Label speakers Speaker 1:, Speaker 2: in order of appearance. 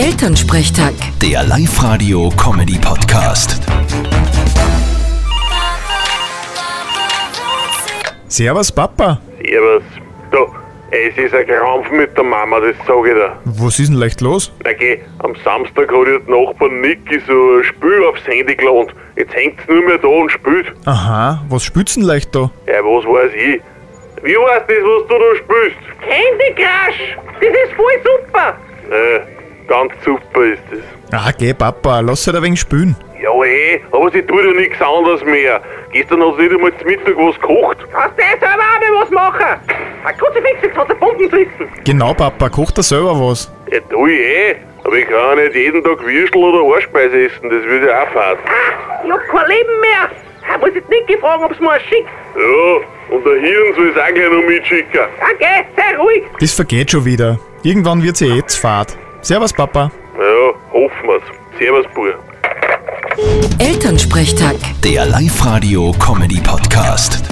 Speaker 1: Elternsprechtag.
Speaker 2: Der Live-Radio-Comedy-Podcast.
Speaker 3: Servus Papa,
Speaker 4: Servus. Du, es ist ein Krampf mit der Mama, das sag ich dir.
Speaker 3: was ist denn leicht los?
Speaker 4: Na geh, am Samstag hat ja der Nachbar Niki so ein Spiel aufs Handy geladen. Jetzt hängt's nur mehr da und spielt.
Speaker 3: Aha, was spützen leicht da?
Speaker 4: Ja, was weiß ich. Wie heißt das, was du da spielst?
Speaker 5: Candy Crush! Das ist voll super!
Speaker 4: Äh, ganz super ist das.
Speaker 3: Ah, geh Papa, lass halt ein wenig spülen.
Speaker 4: Ja eh, aber sie tut ja nichts anderes mehr. Gestern hat sie nicht einmal zum Mittag was gekocht.
Speaker 5: Kannst du selber auch mal was machen? Ein Kruzifix, jetzt hat der Bomben gerissen.
Speaker 3: Genau Papa, kocht er selber was.
Speaker 4: Ja tu ich eh, aber ich kann ja nicht jeden Tag Würstel oder Haarspeise essen, das würde ja auch fad.
Speaker 5: Ich hab kein Leben mehr! Ich muss jetzt nicht fragen, ob's mir schickt.
Speaker 4: Ja, und der Hirn soll es auch gleich noch mitschicken.
Speaker 5: Okay, sei ruhig!
Speaker 3: Das vergeht schon wieder. Irgendwann wird sie eh jetzt fad. Servus Papa.
Speaker 4: Ja, hoffen wir's. Servus, Bub.
Speaker 1: Elternsprechtag.
Speaker 2: Der Live-Radio-Comedy-Podcast.